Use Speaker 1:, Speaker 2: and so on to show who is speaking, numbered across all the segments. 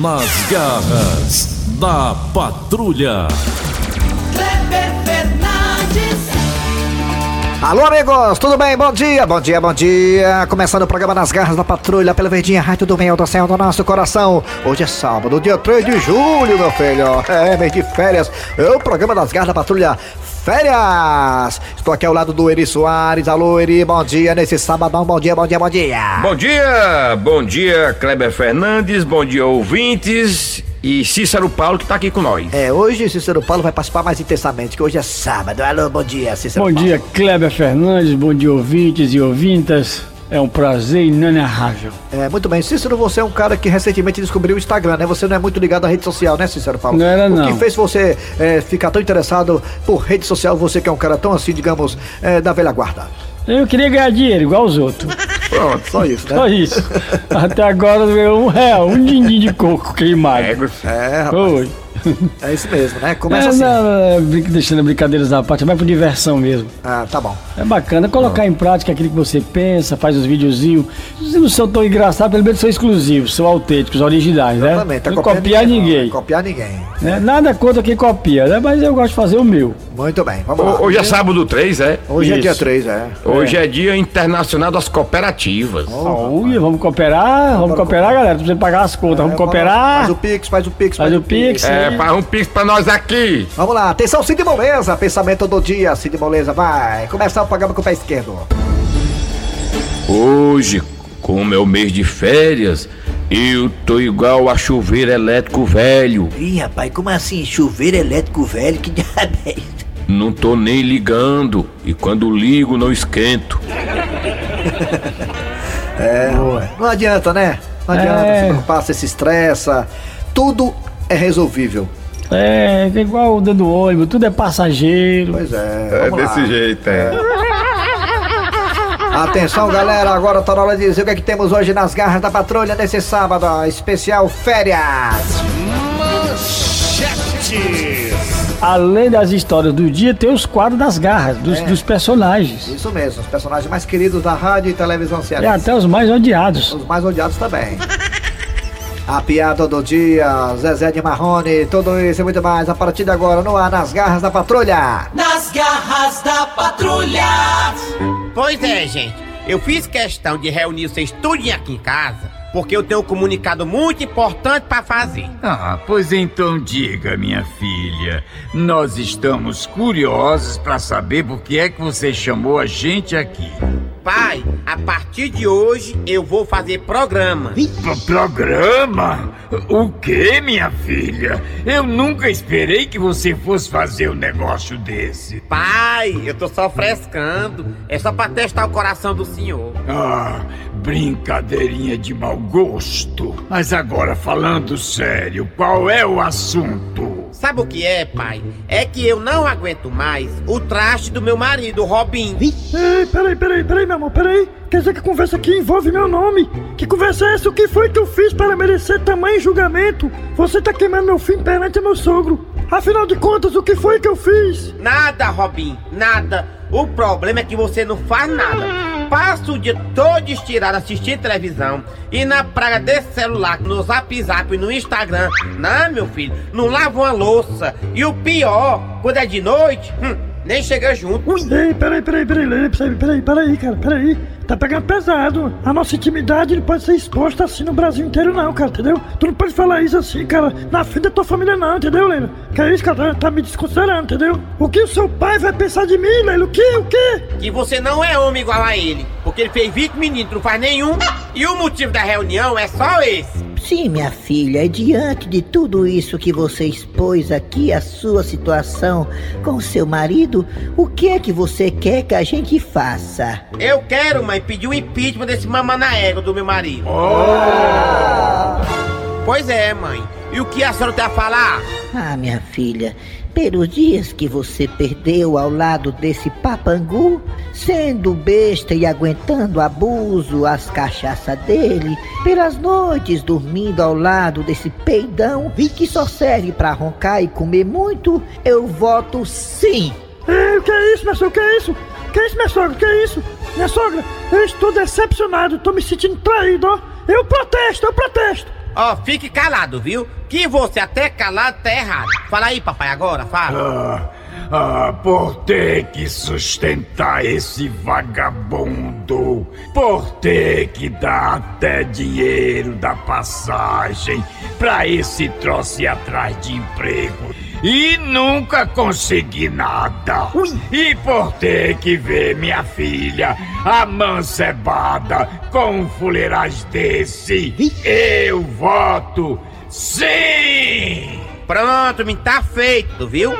Speaker 1: Nas garras da patrulha.
Speaker 2: Kleber Fernandes.
Speaker 3: Alô, amigos, tudo bem? Bom dia, bom dia, bom dia. Começando o programa nas garras da patrulha pela Verdinha, Rádio do Meio do Céu do Nosso Coração. Hoje é sábado, dia 3 de julho, meu filho. É, mês de férias. É o programa das garras da patrulha. Férias! Estou aqui ao lado do Eri Soares. Alô, Eri, bom dia nesse sabadão. Bom dia, bom dia, bom dia.
Speaker 4: Bom dia, bom dia Kleber Fernandes, bom dia ouvintes e Cícero Paulo que tá aqui com nós.
Speaker 3: É, hoje Cícero Paulo vai participar mais intensamente, que hoje é sábado. Alô, bom dia, Cícero
Speaker 5: Bom
Speaker 3: Paulo.
Speaker 5: dia, Kleber Fernandes, bom dia, ouvintes e ouvintas. É um prazer inenarrável.
Speaker 3: É, muito bem. Cícero, você é um cara que recentemente descobriu o Instagram, né? Você não é muito ligado à rede social, né, Cícero Paulo?
Speaker 5: Não era,
Speaker 3: O
Speaker 5: não.
Speaker 3: que fez você é, ficar tão interessado por rede social, você que é um cara tão assim, digamos, é, da velha guarda?
Speaker 5: Eu queria ganhar dinheiro, igual os outros.
Speaker 3: Pronto, só isso,
Speaker 5: Só
Speaker 3: né?
Speaker 5: isso. Até agora eu ganhei um real, um din-din de coco
Speaker 4: É,
Speaker 5: queimado.
Speaker 4: gostei.
Speaker 3: É, rapaz,
Speaker 5: Oi.
Speaker 3: é isso mesmo, né?
Speaker 5: É,
Speaker 3: Começa assim.
Speaker 5: não, não, não, brin- deixando brincadeiras à parte, vai por diversão mesmo.
Speaker 3: Ah, tá bom.
Speaker 5: É bacana colocar em prática aquilo que você pensa, faz os videozinhos. Se não são tão engraçados, pelo menos são exclusivos, são autênticos, originais, né?
Speaker 3: Exatamente, tá
Speaker 5: não
Speaker 3: copiando
Speaker 5: copiar
Speaker 3: ninguém, não,
Speaker 5: ninguém.
Speaker 3: né? Copiar ninguém.
Speaker 5: né? Nada contra quem copia, né? Mas eu gosto de fazer o meu.
Speaker 3: Muito bem, vamos lá.
Speaker 4: Ho- Hoje é sábado 3, é?
Speaker 3: Hoje é
Speaker 5: Isso.
Speaker 3: dia 3, é.
Speaker 4: Hoje é Dia Internacional das Cooperativas.
Speaker 5: Saúde, vamos cooperar, vamos cooperar, galera. Precisa pagar as contas, vamos
Speaker 3: Faz
Speaker 5: cooperar.
Speaker 3: o Pix, faz o Pix,
Speaker 5: Faz o Pix. né?
Speaker 4: É, faz um pix pra nós aqui.
Speaker 3: Vamos lá, atenção, Cid Moleza, pensamento do dia, Cid Moleza, vai. Começar o programa com o pé esquerdo.
Speaker 4: Hoje, como é o mês de férias, eu tô igual a chuveiro elétrico velho.
Speaker 6: Ih, rapaz, como assim? Chuveiro elétrico velho? Que diabo é isso?
Speaker 4: Não tô nem ligando e quando ligo não esquento.
Speaker 3: Não adianta, né? Não adianta,
Speaker 5: É.
Speaker 3: se preocupar, você se estressa. Tudo é resolvível.
Speaker 5: É, é igual o dedo ônibus, tudo é passageiro.
Speaker 3: Pois é. vamos lá.
Speaker 4: jeito, é.
Speaker 3: Atenção, galera, agora tá na hora de dizer o que, é que temos hoje nas garras da patrulha nesse sábado, ó, especial férias.
Speaker 5: Além das histórias do dia, tem os quadros das garras, dos,
Speaker 3: É.
Speaker 5: dos personagens.
Speaker 3: Isso mesmo, os personagens mais queridos da rádio e televisão
Speaker 5: E
Speaker 3: cearense.
Speaker 5: até os mais odiados.
Speaker 3: Os mais odiados também. A piada do dia, Zezé de Marrone, tudo isso e muito mais a partir de agora no ar nas garras da patrulha.
Speaker 2: Nas garras da patrulha.
Speaker 7: Pois é, gente. Eu fiz questão de reunir vocês tudinho aqui em casa, porque eu tenho um comunicado muito importante pra fazer.
Speaker 8: Ah, pois então diga, minha filha. Nós estamos curiosos para saber por que é que você chamou a gente aqui.
Speaker 7: Pai, a partir de hoje eu vou fazer programa.
Speaker 8: P- programa? O que, minha filha? Eu nunca esperei que você fosse fazer um negócio desse.
Speaker 7: Pai, eu tô só frescando. É só pra testar o coração do senhor.
Speaker 8: Ah, brincadeirinha de mau gosto. Mas agora, falando sério, qual é o assunto?
Speaker 7: Sabe o que é, pai? É que eu não aguento mais o traste do meu marido, o Robin.
Speaker 9: Ei, peraí, peraí, peraí, meu amor, peraí. Quer dizer que a conversa aqui envolve meu nome? Que conversa é essa? O que foi que eu fiz para merecer tamanho julgamento? Você tá queimando meu fim perante meu sogro. Afinal de contas, o que foi que eu fiz?
Speaker 7: Nada, Robin, nada. O problema é que você não faz nada. Passa o dia todo estirado assistindo televisão e na praga desse celular, no zap zap, no Instagram. Não, meu filho, não lava uma louça. E o pior, quando é de noite, hum, nem chega junto.
Speaker 9: Ei, peraí, peraí, peraí, peraí, peraí, peraí, peraí, cara, peraí. Tá pegando pesado. A nossa intimidade não pode ser exposta assim no Brasil inteiro, não, cara, entendeu? Tu não pode falar isso assim, cara, na frente da tua família, não, entendeu, Leila? Que é isso, cara, tá me desconsiderando, entendeu? O que o seu pai vai pensar de mim, Leila? O que, o quê?
Speaker 7: Que você não é homem igual a ele, porque ele fez 20 meninos, não faz nenhum. E o motivo da reunião é só esse.
Speaker 6: Sim, minha filha, é diante de tudo isso que você expôs aqui, a sua situação com seu marido, o que é que você quer que a gente faça?
Speaker 7: Eu quero, mãe, pedir o impeachment desse mamá na égua do meu marido.
Speaker 9: Oh!
Speaker 7: Pois é, mãe. E o que a senhora tem a falar?
Speaker 6: Ah, minha filha, pelos dias que você perdeu ao lado desse papangu, sendo besta e aguentando abuso, as cachaças dele, pelas noites dormindo ao lado desse peidão e que só serve pra roncar e comer muito, eu voto sim.
Speaker 9: Ei, o que é isso, minha sogra? O que é isso? O que é isso, minha sogra? O que é isso? Minha sogra, eu estou decepcionado, tô me sentindo traído, ó. Eu protesto, eu protesto.
Speaker 7: Ó, fique calado, viu? Que você até calado tá errado. Fala aí, papai, agora, fala.
Speaker 8: Ah, ah, por ter que sustentar esse vagabundo, por ter que dar até dinheiro da passagem pra esse troço ir atrás de emprego e nunca conseguir nada, e por ter que ver minha filha amancebada com um fuleirais desse, eu voto sim!
Speaker 7: Pronto, me tá feito, viu?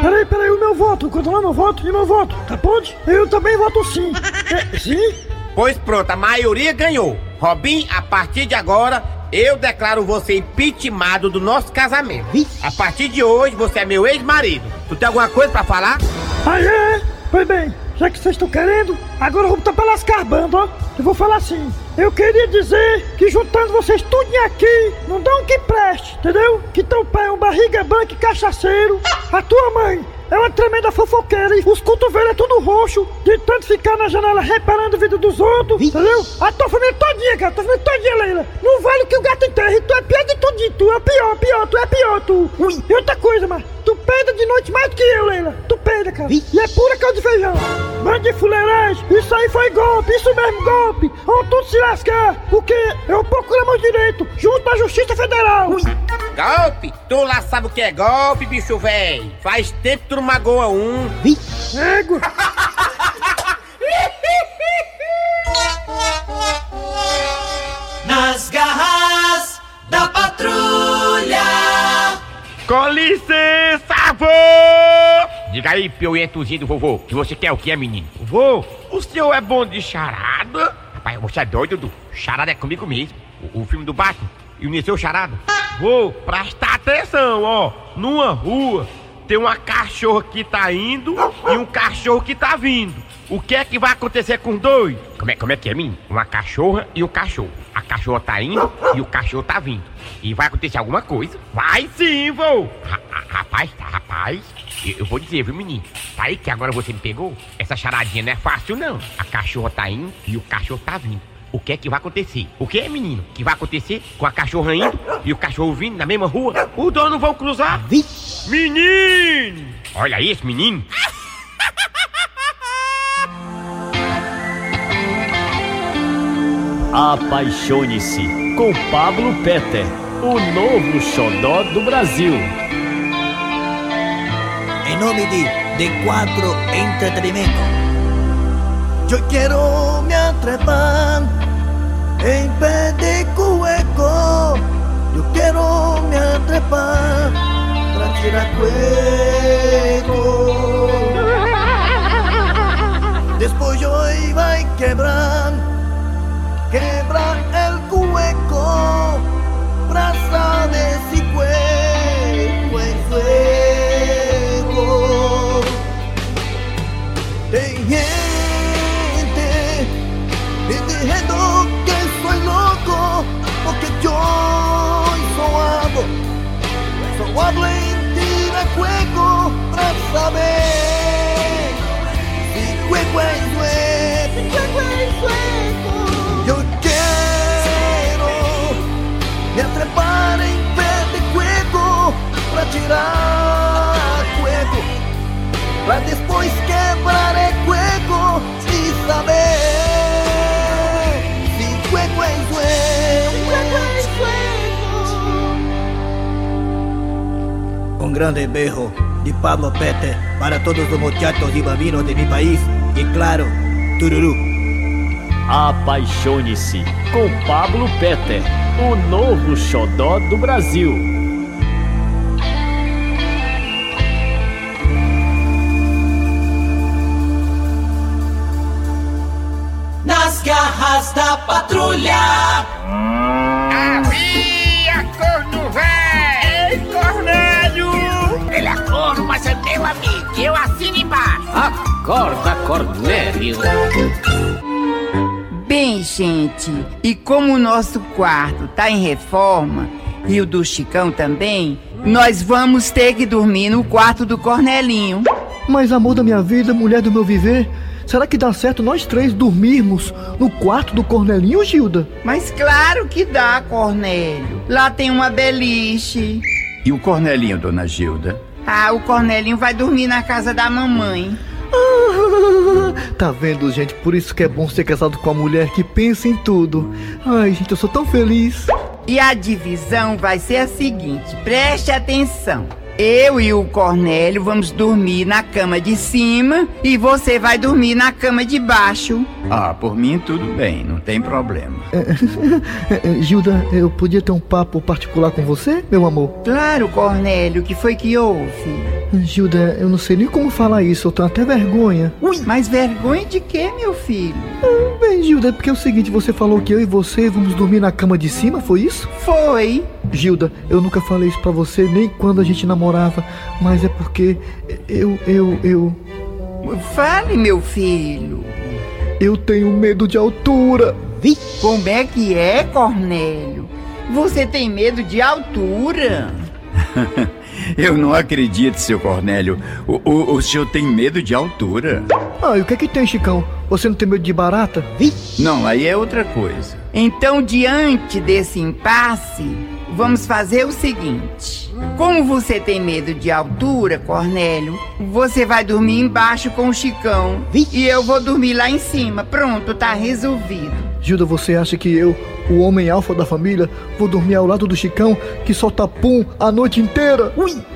Speaker 9: Peraí, peraí, o meu voto, controlar meu voto e meu voto, tá pronto? Eu também voto sim. É, sim?
Speaker 7: Pois pronto, a maioria ganhou. Robin, a partir de agora, eu declaro você impeachmentado do nosso casamento. A partir de hoje, você é meu ex-marido. Tu tem alguma coisa pra falar?
Speaker 9: Aí é, pois bem, já que vocês estão querendo, agora eu vou botar pra lascar bando, ó. Eu vou falar assim, eu queria dizer que juntando vocês tudinho aqui, não dá um que preste, entendeu? Que teu pai é um barriga branca e cachaceiro, a tua mãe é uma tremenda fofoqueira e os cotovelos é tudo roxo, de tanto ficar na janela reparando a vida dos outros, entendeu? A tua família todinha, cara, tua família todinha, Leila, não vale o que o gato enterre, tu é pior de tudinho, tu é o pior, pior, tu é pior, tu. E outra coisa, mas tu peida de noite mais do que eu, Leila, tu peida, cara, e é pura caldo de feijão. Bando de fuleiragem, isso aí foi golpe, isso mesmo, golpe. Ou tu se lascar, porque eu procuro meu direito junto à Justiça Federal.
Speaker 7: Golpe? Tu lá sabe o que é golpe, bicho velho. Faz tempo que tu não magoa um.
Speaker 9: Nego,
Speaker 2: Nas garras da patrulha.
Speaker 7: Com licença, vô! Diga aí, piuentozinho do vovô, que você quer o que é, menino? Vô, o senhor é bom de charada? Rapaz, você é doido, Dudu. Charada é comigo mesmo. O, o filme do Batman e o Niseu Charada. Vô, presta atenção, ó. Numa rua tem uma cachorra que tá indo e um cachorro que tá vindo. O que é que vai acontecer com os dois? Como é, como é que é, menino? Uma cachorra e um cachorro. A cachorra tá indo e o cachorro tá vindo. E vai acontecer alguma coisa? Vai sim, vô! Ra- ra- Rapaz, tá, rapaz, eu, eu vou dizer, viu, menino? Tá aí que agora você me pegou? Essa charadinha não é fácil, não. A cachorra tá indo e o cachorro tá vindo. O que é que vai acontecer? O que é, menino? Que vai acontecer com a cachorra indo e o cachorro vindo na mesma rua? Os dois não vão cruzar? Menino! Olha aí esse menino!
Speaker 1: Apaixone-se com Pablo Peter, o novo xodó do Brasil.
Speaker 2: en nombre de, de Cuatro Entretenimiento. Yo quiero me atrevan en vez de cueco. Yo quiero me atrevan para tirar cueco. Después yo iba a quebrar, quebrar el cueco, braza de si cueco, cueco. Tem gente me diciendo que soy loco porque yo soabo, soabo en tira cueco para saber si cueco es hueco. Yo quiero me atrapar en vez de cueco para tirar cueco para después quebrar el cueco y saber si cueco es hueco. Un gran beso de Pablo Pete para todos los muchachos y babinos de mi país y claro, Tururu.
Speaker 1: Apaixone-se com Pablo Peter, o novo xodó do Brasil.
Speaker 2: Nas garras da patrulha.
Speaker 7: Havia corno velho! Ei, Cornélio! Ele é corno, mas é meu amigo, eu assino embaixo.
Speaker 10: Acorda, Cornélio.
Speaker 11: Bem, gente, e como o nosso quarto tá em reforma e o do Chicão também, nós vamos ter que dormir no quarto do Cornelinho.
Speaker 9: Mas amor da minha vida, mulher do meu viver,
Speaker 12: será que dá certo nós três dormirmos no quarto do Cornelinho, Gilda?
Speaker 11: Mas claro que dá, Cornélio. Lá tem uma beliche.
Speaker 13: E o Cornelinho, dona Gilda?
Speaker 11: Ah, o Cornelinho vai dormir na casa da mamãe.
Speaker 12: Tá vendo, gente? Por isso que é bom ser casado com a mulher que pensa em tudo. Ai, gente, eu sou tão feliz.
Speaker 11: E a divisão vai ser a seguinte: preste atenção. Eu e o Cornélio vamos dormir na cama de cima e você vai dormir na cama de baixo.
Speaker 13: Ah, por mim tudo bem, não tem problema.
Speaker 12: É, Gilda, eu podia ter um papo particular com você, meu amor?
Speaker 11: Claro, Cornélio, o que foi que houve?
Speaker 12: Gilda, eu não sei nem como falar isso, eu tenho até vergonha.
Speaker 11: Ui, mas vergonha de quê, meu filho?
Speaker 12: Ah, Bem, Gilda, é porque é o seguinte, você falou que eu e você vamos dormir na cama de cima, foi isso?
Speaker 11: Foi.
Speaker 12: Gilda, eu nunca falei isso pra você nem quando a gente namorava, mas é porque eu, eu, eu.
Speaker 11: Fale, meu filho.
Speaker 12: Eu tenho medo de altura.
Speaker 11: Como é que é, Cornélio? Você tem medo de altura?
Speaker 13: Eu não acredito, seu Cornélio. O, o- o senhor tem medo de altura?
Speaker 12: Ah, e o que é que tem, Chicão? Você não tem medo de barata?
Speaker 13: Não, aí é outra coisa.
Speaker 11: Então, diante desse impasse, vamos fazer o seguinte: como você tem medo de altura, Cornélio, você vai dormir embaixo com o Chicão e eu vou dormir lá em cima. Pronto, tá resolvido.
Speaker 12: Gilda, você acha que eu, o homem alfa da família, vou dormir ao lado do Chicão que solta pum a noite inteira?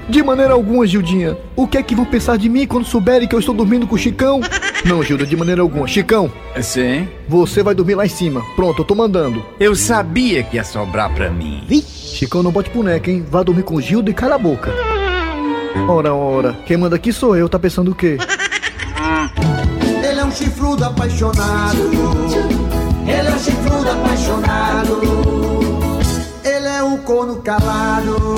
Speaker 12: De maneira alguma, Gildinha. O que é que vão pensar de mim quando souberem que eu estou dormindo com o Chicão? Não, Gilda, de maneira alguma. Chicão,
Speaker 13: É Sim.
Speaker 12: você vai dormir lá em cima. Pronto, eu tô mandando.
Speaker 13: Eu sabia que ia sobrar pra mim.
Speaker 12: Chicão, não bote boneca, hein? Vá dormir com Gilda e cala a boca. Ora, ora, quem manda aqui sou eu, tá pensando o quê?
Speaker 2: Ele é um chifrudo apaixonado. Ele é um chifrudo apaixonado. Ele é um corno calado.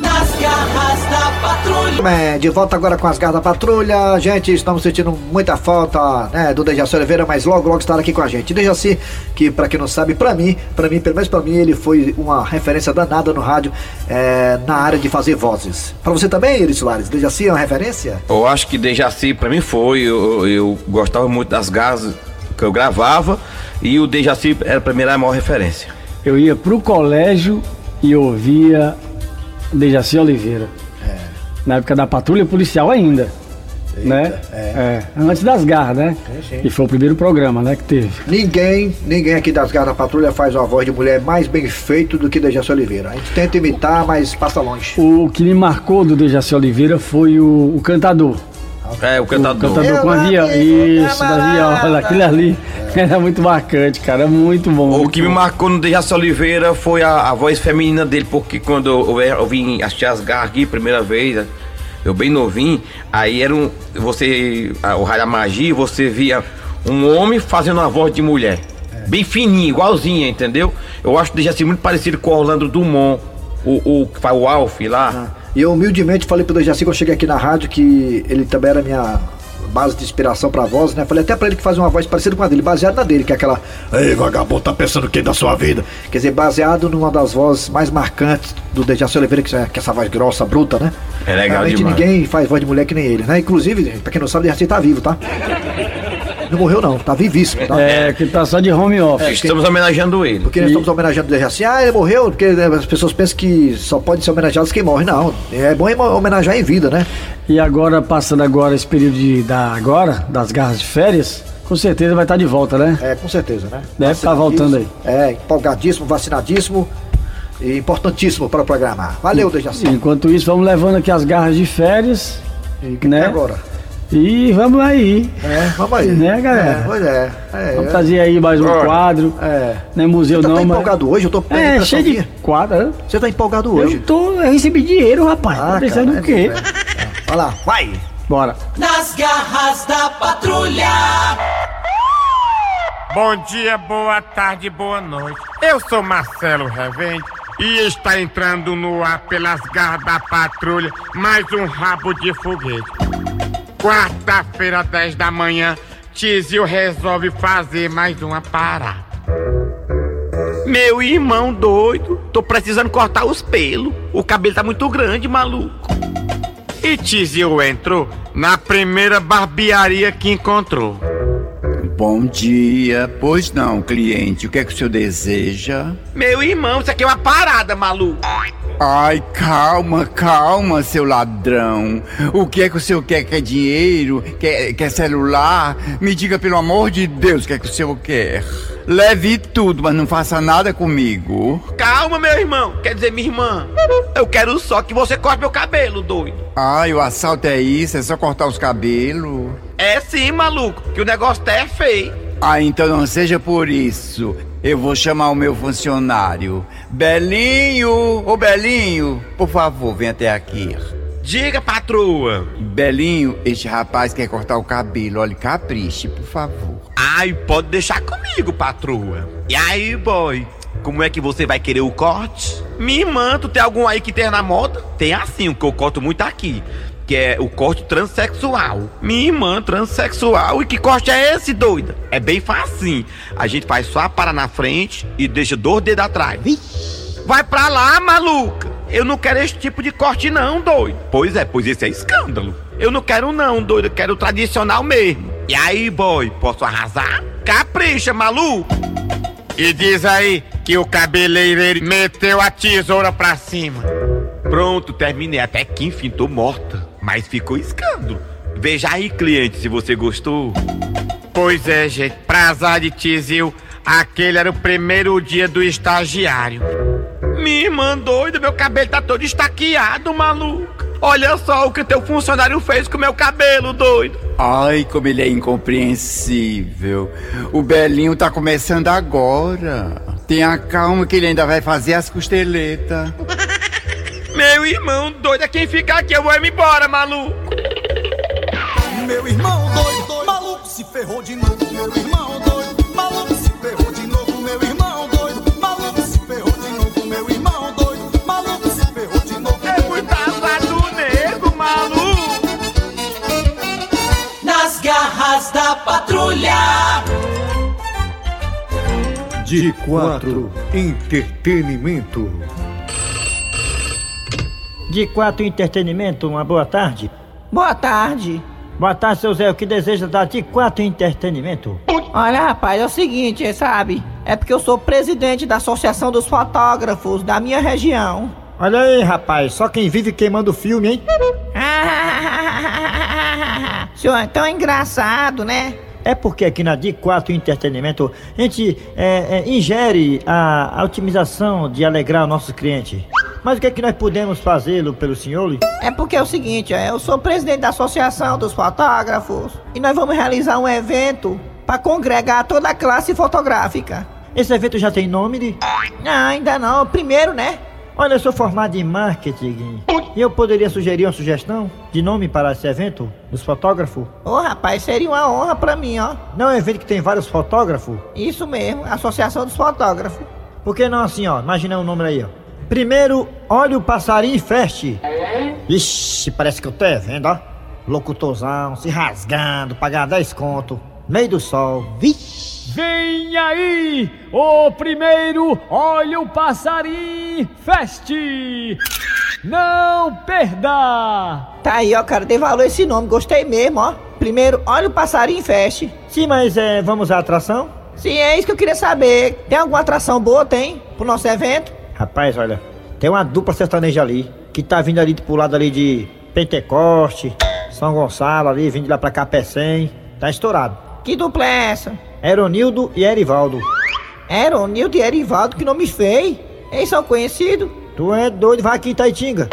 Speaker 2: Nas garras da patrulha.
Speaker 3: É, de volta agora com as garras da patrulha. Gente, estamos sentindo muita falta né, do Dejaci Oliveira, mas logo, logo estará aqui com a gente. Dejaci, que pra quem não sabe, pra mim, pra mim, pelo menos pra mim, ele foi uma referência danada no rádio é, na área de fazer vozes. Pra você também, Iris Soares, Dejaci é uma referência?
Speaker 4: Eu acho que Dejaci pra mim foi. Eu, eu gostava muito das garras que eu gravava e o Dejaci era pra mim era a maior referência.
Speaker 5: Eu ia pro colégio e ouvia Dejaci Oliveira.
Speaker 3: É.
Speaker 5: Na época da patrulha policial ainda. né? É. Antes das garras, né?
Speaker 3: Sim, sim.
Speaker 5: E foi o primeiro programa, né, que teve.
Speaker 3: Ninguém, ninguém aqui das garras da patrulha faz uma voz de mulher mais bem feita do que Dejaci Oliveira. A gente tenta imitar, mas passa longe.
Speaker 5: O que me marcou do Dejaci Oliveira foi o, o cantador.
Speaker 4: É, o cantador.
Speaker 5: O cantador com a viola. Isso, da viola. Aquilo ali era muito marcante, cara. Muito bom.
Speaker 4: O que me marcou no Dejaci Oliveira foi a, a voz feminina dele, porque quando eu, eu vim assistir as garras aqui, primeira vez, né? eu bem novinho, aí era um. Você. a- o Raio da Magia, você via um homem fazendo uma voz de mulher. Bem fininha, igualzinha, entendeu? Eu acho o Dejaci muito parecido com o Orlando Dumont, o, o, que faz o Alf lá.
Speaker 3: E eu humildemente falei pro Dejaci quando eu cheguei aqui na rádio que ele também era minha base de inspiração pra voz, né? Falei até pra ele que fazia uma voz parecida com a dele, baseada na dele, que é aquela Ei, vagabundo, tá pensando o que da sua vida? Quer dizer, baseado numa das vozes mais marcantes do Dejaci Oliveira, que é que é essa voz grossa, bruta, né?
Speaker 4: É legal
Speaker 3: Realmente
Speaker 4: demais.
Speaker 3: ninguém faz voz de mulher que nem ele, né? Inclusive, gente, pra quem não sabe, o Dejaci tá vivo, tá? Não morreu não, tá vivíssimo, tá?
Speaker 5: É, que tá só de home office.
Speaker 3: É, estamos
Speaker 4: homenageando ele.
Speaker 3: Porque nós estamos homenageando o Dejaci. Ah, ele morreu, porque né, as pessoas pensam que só pode ser homenageados quem morre. Não, é bom homenagear em vida, né?
Speaker 5: E agora, passando agora esse período de, da, agora, das garras de férias, com certeza vai estar de volta, né?
Speaker 3: É, com certeza, né?
Speaker 5: Deve estar voltando aí.
Speaker 3: É, empolgadíssimo, vacinadíssimo e importantíssimo para o programa. Valeu, Dejaci.
Speaker 5: Enquanto isso, vamos levando aqui as garras de férias. né?
Speaker 3: agora?
Speaker 5: E vamos aí.
Speaker 3: É, vamos aí.
Speaker 5: Né, galera?
Speaker 3: É, pois é. é,
Speaker 5: Vamos
Speaker 3: é.
Speaker 5: trazer aí mais um
Speaker 3: Olha,
Speaker 5: quadro.
Speaker 3: É.
Speaker 5: Não é museu,
Speaker 3: Você tá
Speaker 5: não,
Speaker 3: tão
Speaker 5: mas-
Speaker 3: empolgado hoje? Eu tô pegando
Speaker 5: É,
Speaker 3: impressão
Speaker 5: cheio de
Speaker 3: minha.
Speaker 5: quadro. é.
Speaker 3: Você tá empolgado hoje?
Speaker 5: Eu tô. Eu recebi dinheiro, rapaz. tá pensando
Speaker 3: Ah, cara,
Speaker 5: o quê?
Speaker 3: é, Vai lá, vai.
Speaker 5: Bora.
Speaker 2: Nas garras da patrulha.
Speaker 14: Bom dia, boa tarde, boa noite. Eu sou Marcelo Revente e está entrando no ar pelas garras da patrulha mais um rabo de foguete. Quarta-feira, 10 da manhã, Tizio resolve fazer mais uma parada.
Speaker 7: Meu irmão doido, tô precisando cortar os pelos. O cabelo tá muito grande, maluco.
Speaker 14: E Tizio entrou na primeira barbearia que encontrou.
Speaker 13: Bom dia. Pois não, cliente. O que é que o senhor deseja?
Speaker 7: Meu irmão, isso aqui é uma parada, maluco.
Speaker 13: Ai, calma, calma, seu ladrão. O que é que o senhor quer? Quer dinheiro? Quer, quer celular? Me diga, pelo amor de Deus, o que é que o senhor quer? Leve tudo, mas não faça nada comigo.
Speaker 7: Calma, meu irmão. Quer dizer, minha irmã. Eu quero só que você corte meu cabelo, doido.
Speaker 13: Ai, o assalto é isso? É só cortar os cabelos?
Speaker 7: É sim, maluco, que o negócio tá é feio.
Speaker 13: Ah, então não seja por isso. Eu vou chamar o meu funcionário. Belinho! Ô Belinho, por favor, vem até aqui.
Speaker 7: Diga, patroa.
Speaker 13: Belinho, este rapaz quer cortar o cabelo. Olha, capriche, por favor.
Speaker 7: Ai, pode deixar comigo, patroa. E aí, boy? Como é que você vai querer o corte? Minha irmã, tu tem algum aí que tem na moda? Tem assim, o que eu corto muito aqui. Que é o corte transexual. Minha irmã, transexual. E que corte é esse, doida? É bem facinho. A gente faz só a para na frente e deixa dois dedos atrás. Vai pra lá, maluca! Eu não quero esse tipo de corte, não, doido. Pois é, pois esse é escândalo. Eu não quero, não, doido. Eu quero o tradicional mesmo. E aí, boy, posso arrasar? Capricha, maluco!
Speaker 14: E diz aí que o cabeleireiro meteu a tesoura pra cima.
Speaker 7: Pronto, terminei. Até que enfim, tô morta. Mas ficou escândalo. Veja aí, cliente, se você gostou.
Speaker 14: Pois é, gente, pra azar de Tizil, aquele era o primeiro dia do estagiário.
Speaker 7: Minha irmã doida, meu cabelo tá todo estaqueado, maluco. Olha só o que teu funcionário fez com meu cabelo, doido.
Speaker 13: Ai, como ele é incompreensível. O Belinho tá começando agora. Tenha calma que ele ainda vai fazer as costeletas.
Speaker 7: Meu irmão doido, é quem ficar aqui, eu vou me embora, maluco.
Speaker 2: Meu irmão doido, doido, maluco se ferrou de novo. Meu irmão doido, maluco se ferrou de novo. Meu irmão doido, maluco se ferrou de novo. Meu irmão doido, maluco se ferrou de novo. É muito
Speaker 7: do nego, maluco.
Speaker 15: Nas garras da patrulha.
Speaker 16: De quatro, entretenimento.
Speaker 17: De quatro entretenimento, uma boa tarde.
Speaker 18: Boa tarde.
Speaker 17: Boa tarde, seu Zé. O que deseja dar de quatro entretenimento?
Speaker 18: Olha, rapaz, é o seguinte, sabe? É porque eu sou presidente da Associação dos Fotógrafos da minha região.
Speaker 17: Olha aí, rapaz, só quem vive queimando filme, hein?
Speaker 18: Senhor, então é engraçado, né?
Speaker 17: É porque aqui na D4 Entretenimento a gente é, é, ingere a, a otimização de alegrar o nosso cliente. Mas o que é que nós podemos fazer Lu, pelo senhor? Lu?
Speaker 18: É porque é o seguinte, é, eu sou presidente da Associação dos Fotógrafos e nós vamos realizar um evento para congregar toda a classe fotográfica.
Speaker 17: Esse evento já tem nome de?
Speaker 18: Ah, ainda não, primeiro, né?
Speaker 17: Olha, eu sou formado em marketing e eu poderia sugerir uma sugestão de nome para esse evento dos fotógrafos?
Speaker 18: Ô rapaz, seria uma honra pra mim, ó.
Speaker 17: Não é um evento que tem vários fotógrafos?
Speaker 18: Isso mesmo, Associação dos Fotógrafos.
Speaker 17: Por que não assim, ó? Imagina o um nome aí, ó. Primeiro, olha o passarinho e feste. Ixi, parece que eu tô é vendo, ó. Locutorzão, se rasgando, pagar 10 conto. Meio do sol, vixi.
Speaker 19: Vem aí, o primeiro, olha o passarinho feste. Não perda!
Speaker 18: Tá aí, ó, cara, dei valor esse nome, gostei mesmo, ó. Primeiro, olha o passarinho feste.
Speaker 17: Sim, mas é, vamos à atração?
Speaker 18: Sim, é isso que eu queria saber. Tem alguma atração boa, tem, pro nosso evento?
Speaker 17: Rapaz, olha, tem uma dupla sertaneja ali, que tá vindo ali pro lado ali de Pentecoste, São Gonçalo ali, vindo de lá pra Capecém, tá estourado.
Speaker 18: Que dupla é essa?
Speaker 17: Eronildo e Erivaldo.
Speaker 18: Eronildo e Erivaldo, que nome feio. Eles são conhecidos.
Speaker 17: Tu é doido, vai aqui em Taitinga.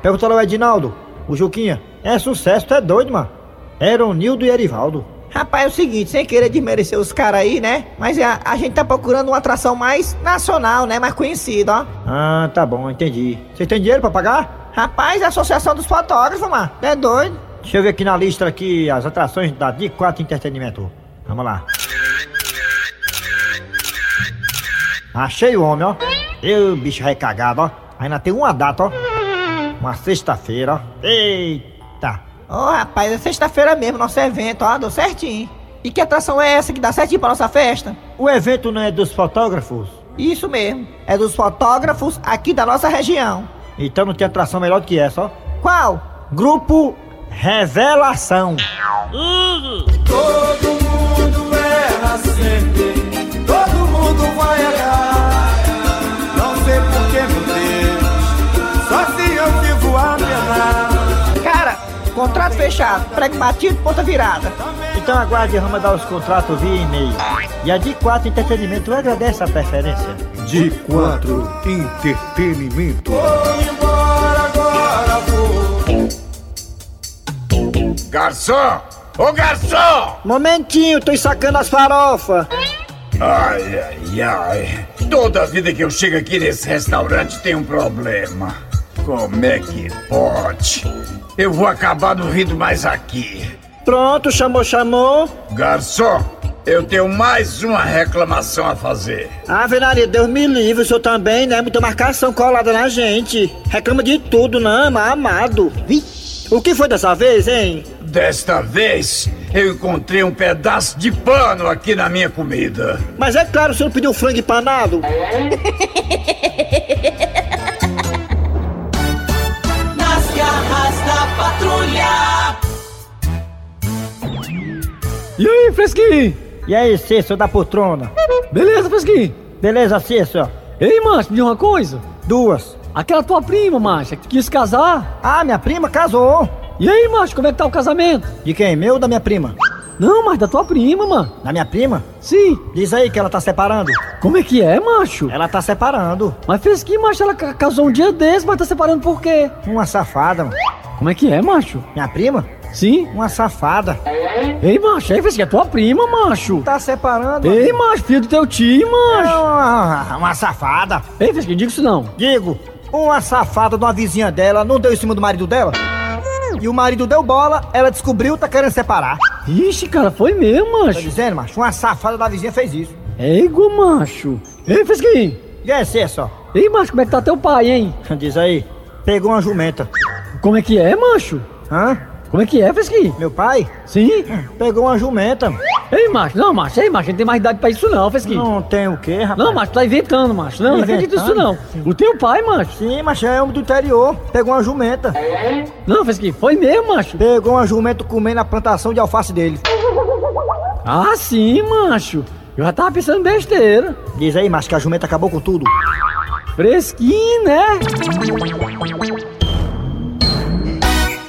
Speaker 17: Pergunta lá o Edinaldo, o Juquinha. É sucesso, tu é doido, mano. Eronildo e Erivaldo.
Speaker 18: Rapaz, é o seguinte, sem querer desmerecer os caras aí, né? Mas a, a gente tá procurando uma atração mais nacional, né? Mais conhecida, ó.
Speaker 17: Ah, tá bom, entendi. Você tem dinheiro pra pagar?
Speaker 18: Rapaz, é a Associação dos Fotógrafos, mano. É doido.
Speaker 17: Deixa eu ver aqui na lista aqui as atrações da D4 Entretenimento. Vamos lá. Achei o homem, ó. Eu, bicho recagado, ó. Ainda tem uma data, ó. Uma sexta-feira, ó. Eita.
Speaker 18: Ô, oh, rapaz, é sexta-feira mesmo, nosso evento, ó, deu certinho. E que atração é essa que dá certinho pra nossa festa?
Speaker 17: O evento não é dos fotógrafos?
Speaker 18: Isso mesmo, é dos fotógrafos aqui da nossa região.
Speaker 17: Então não tem atração melhor do que essa, ó.
Speaker 18: Qual?
Speaker 17: Grupo Revelação.
Speaker 2: Todo mundo erra sempre, todo mundo vai errar. Não sei por que, meu Deus, só se eu vivo a penar.
Speaker 18: Cara, contrato fechado, prego batido, ponta virada.
Speaker 17: Então aguarde a Rama dar os contratos via e-mail. E a de 4 Entretenimento agradece a preferência.
Speaker 16: De 4 Entretenimento.
Speaker 2: Embora agora vou.
Speaker 8: Garçom! Ô garçom!
Speaker 17: Momentinho, tô sacando as farofas.
Speaker 8: Ai, ai, ai. Toda vida que eu chego aqui nesse restaurante tem um problema. Como é que pode? Eu vou acabar não rindo mais aqui.
Speaker 17: Pronto, chamou, chamou.
Speaker 8: Garçom, eu tenho mais uma reclamação a fazer.
Speaker 17: Ave Maria, Deus me livre, o senhor também, né? Muita marcação colada na gente. Reclama de tudo, não, mas amado. Vixe. O que foi dessa vez, hein?
Speaker 8: Desta vez, eu encontrei um pedaço de pano aqui na minha comida.
Speaker 17: Mas é claro, o senhor pediu frango empanado.
Speaker 15: Nas garras da patrulha.
Speaker 17: E aí, Fresquinho? E aí, Cício da poltrona? Beleza, Fresquinho? Beleza, Cício?
Speaker 19: Ei, macho, me diz uma coisa.
Speaker 17: Duas.
Speaker 19: Aquela tua prima, macho, é que quis casar.
Speaker 17: Ah, minha prima casou.
Speaker 19: E aí, macho, como é que tá o casamento?
Speaker 17: De quem? Meu ou da minha prima?
Speaker 19: Não, mas da tua prima, mano.
Speaker 17: Da minha prima?
Speaker 19: Sim.
Speaker 17: Diz aí que ela tá separando.
Speaker 19: Como é que é, macho?
Speaker 17: Ela tá separando.
Speaker 19: Mas fez que, macho, ela ca- casou um dia desse, mas tá separando por quê?
Speaker 17: Uma safada, mano.
Speaker 19: Como é que é, macho?
Speaker 17: Minha prima?
Speaker 19: Sim.
Speaker 17: Uma safada.
Speaker 19: Ei, macho, aí fez que é tua prima, macho.
Speaker 17: Tá separando?
Speaker 19: Ei, macho, filho do teu tio,
Speaker 17: É
Speaker 19: macho.
Speaker 17: Uma, uma safada.
Speaker 19: Ei, fez que diga isso não.
Speaker 17: Digo, uma safada de uma vizinha dela não deu em cima do marido dela? E o marido deu bola, ela descobriu tá querendo separar.
Speaker 19: Ixi, cara, foi mesmo,
Speaker 17: Tô
Speaker 19: macho.
Speaker 17: dizendo, macho, uma safada da vizinha fez isso.
Speaker 19: Ego, macho. Ei, fez que...
Speaker 17: E é ser só.
Speaker 19: Ei, macho, como é que tá teu pai, hein?
Speaker 17: Diz aí, pegou uma jumenta.
Speaker 19: Como é que é, macho?
Speaker 17: Hã?
Speaker 19: Como é que é, fez que...
Speaker 17: Meu pai
Speaker 19: Sim?
Speaker 17: pegou uma jumenta.
Speaker 19: Ei, macho, não, macho, ei, macho, não tem mais idade pra isso não, fez que...
Speaker 17: Não tem o quê, rapaz?
Speaker 19: Não, macho, tá inventando, macho. Não, não acredito nisso não. O teu pai, macho.
Speaker 17: Sim, macho, é homem do interior. Pegou uma jumenta.
Speaker 19: Não, fez que foi mesmo, macho.
Speaker 17: Pegou uma jumenta comendo a plantação de alface dele.
Speaker 19: Ah, sim, macho. Eu já tava pensando besteira.
Speaker 17: Diz aí, macho, que a jumenta acabou com tudo.
Speaker 19: Fresquinho, né?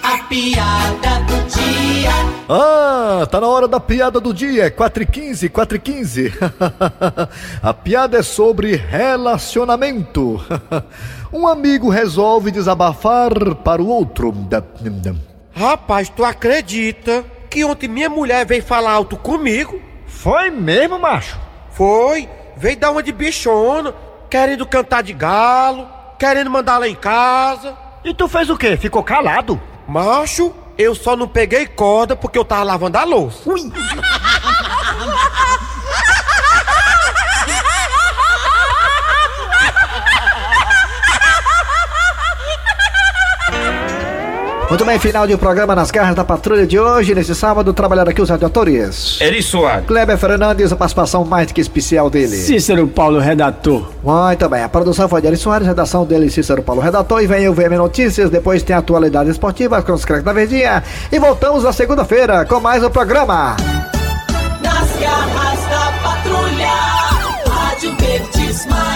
Speaker 15: A piada do dia.
Speaker 20: Ah, tá na hora da piada do dia, 4 e 15, 4 e 15. A piada é sobre relacionamento. Um amigo resolve desabafar para o outro.
Speaker 7: Rapaz, tu acredita que ontem minha mulher veio falar alto comigo?
Speaker 17: Foi mesmo, macho?
Speaker 7: Foi. Veio dar uma de bichona, querendo cantar de galo, querendo mandar lá em casa.
Speaker 17: E tu fez o quê? Ficou calado?
Speaker 7: Macho, eu só não peguei corda porque eu tava lavando a louça.
Speaker 3: Muito bem, final de um programa nas garras da patrulha de hoje. Nesse sábado, trabalharam aqui os radiadores.
Speaker 4: Eri Soares.
Speaker 3: Kleber Fernandes, a participação mais do que especial dele.
Speaker 5: Cícero Paulo, redator.
Speaker 3: Muito bem, a produção foi de Ari Soares, redação dele Cícero Paulo Redator, e vem o VM Notícias, depois tem a atualidade esportiva com os craques da verdinha, e voltamos na segunda-feira com mais um programa.
Speaker 15: Nas garras da patrulha. Rádio Verdes Mar.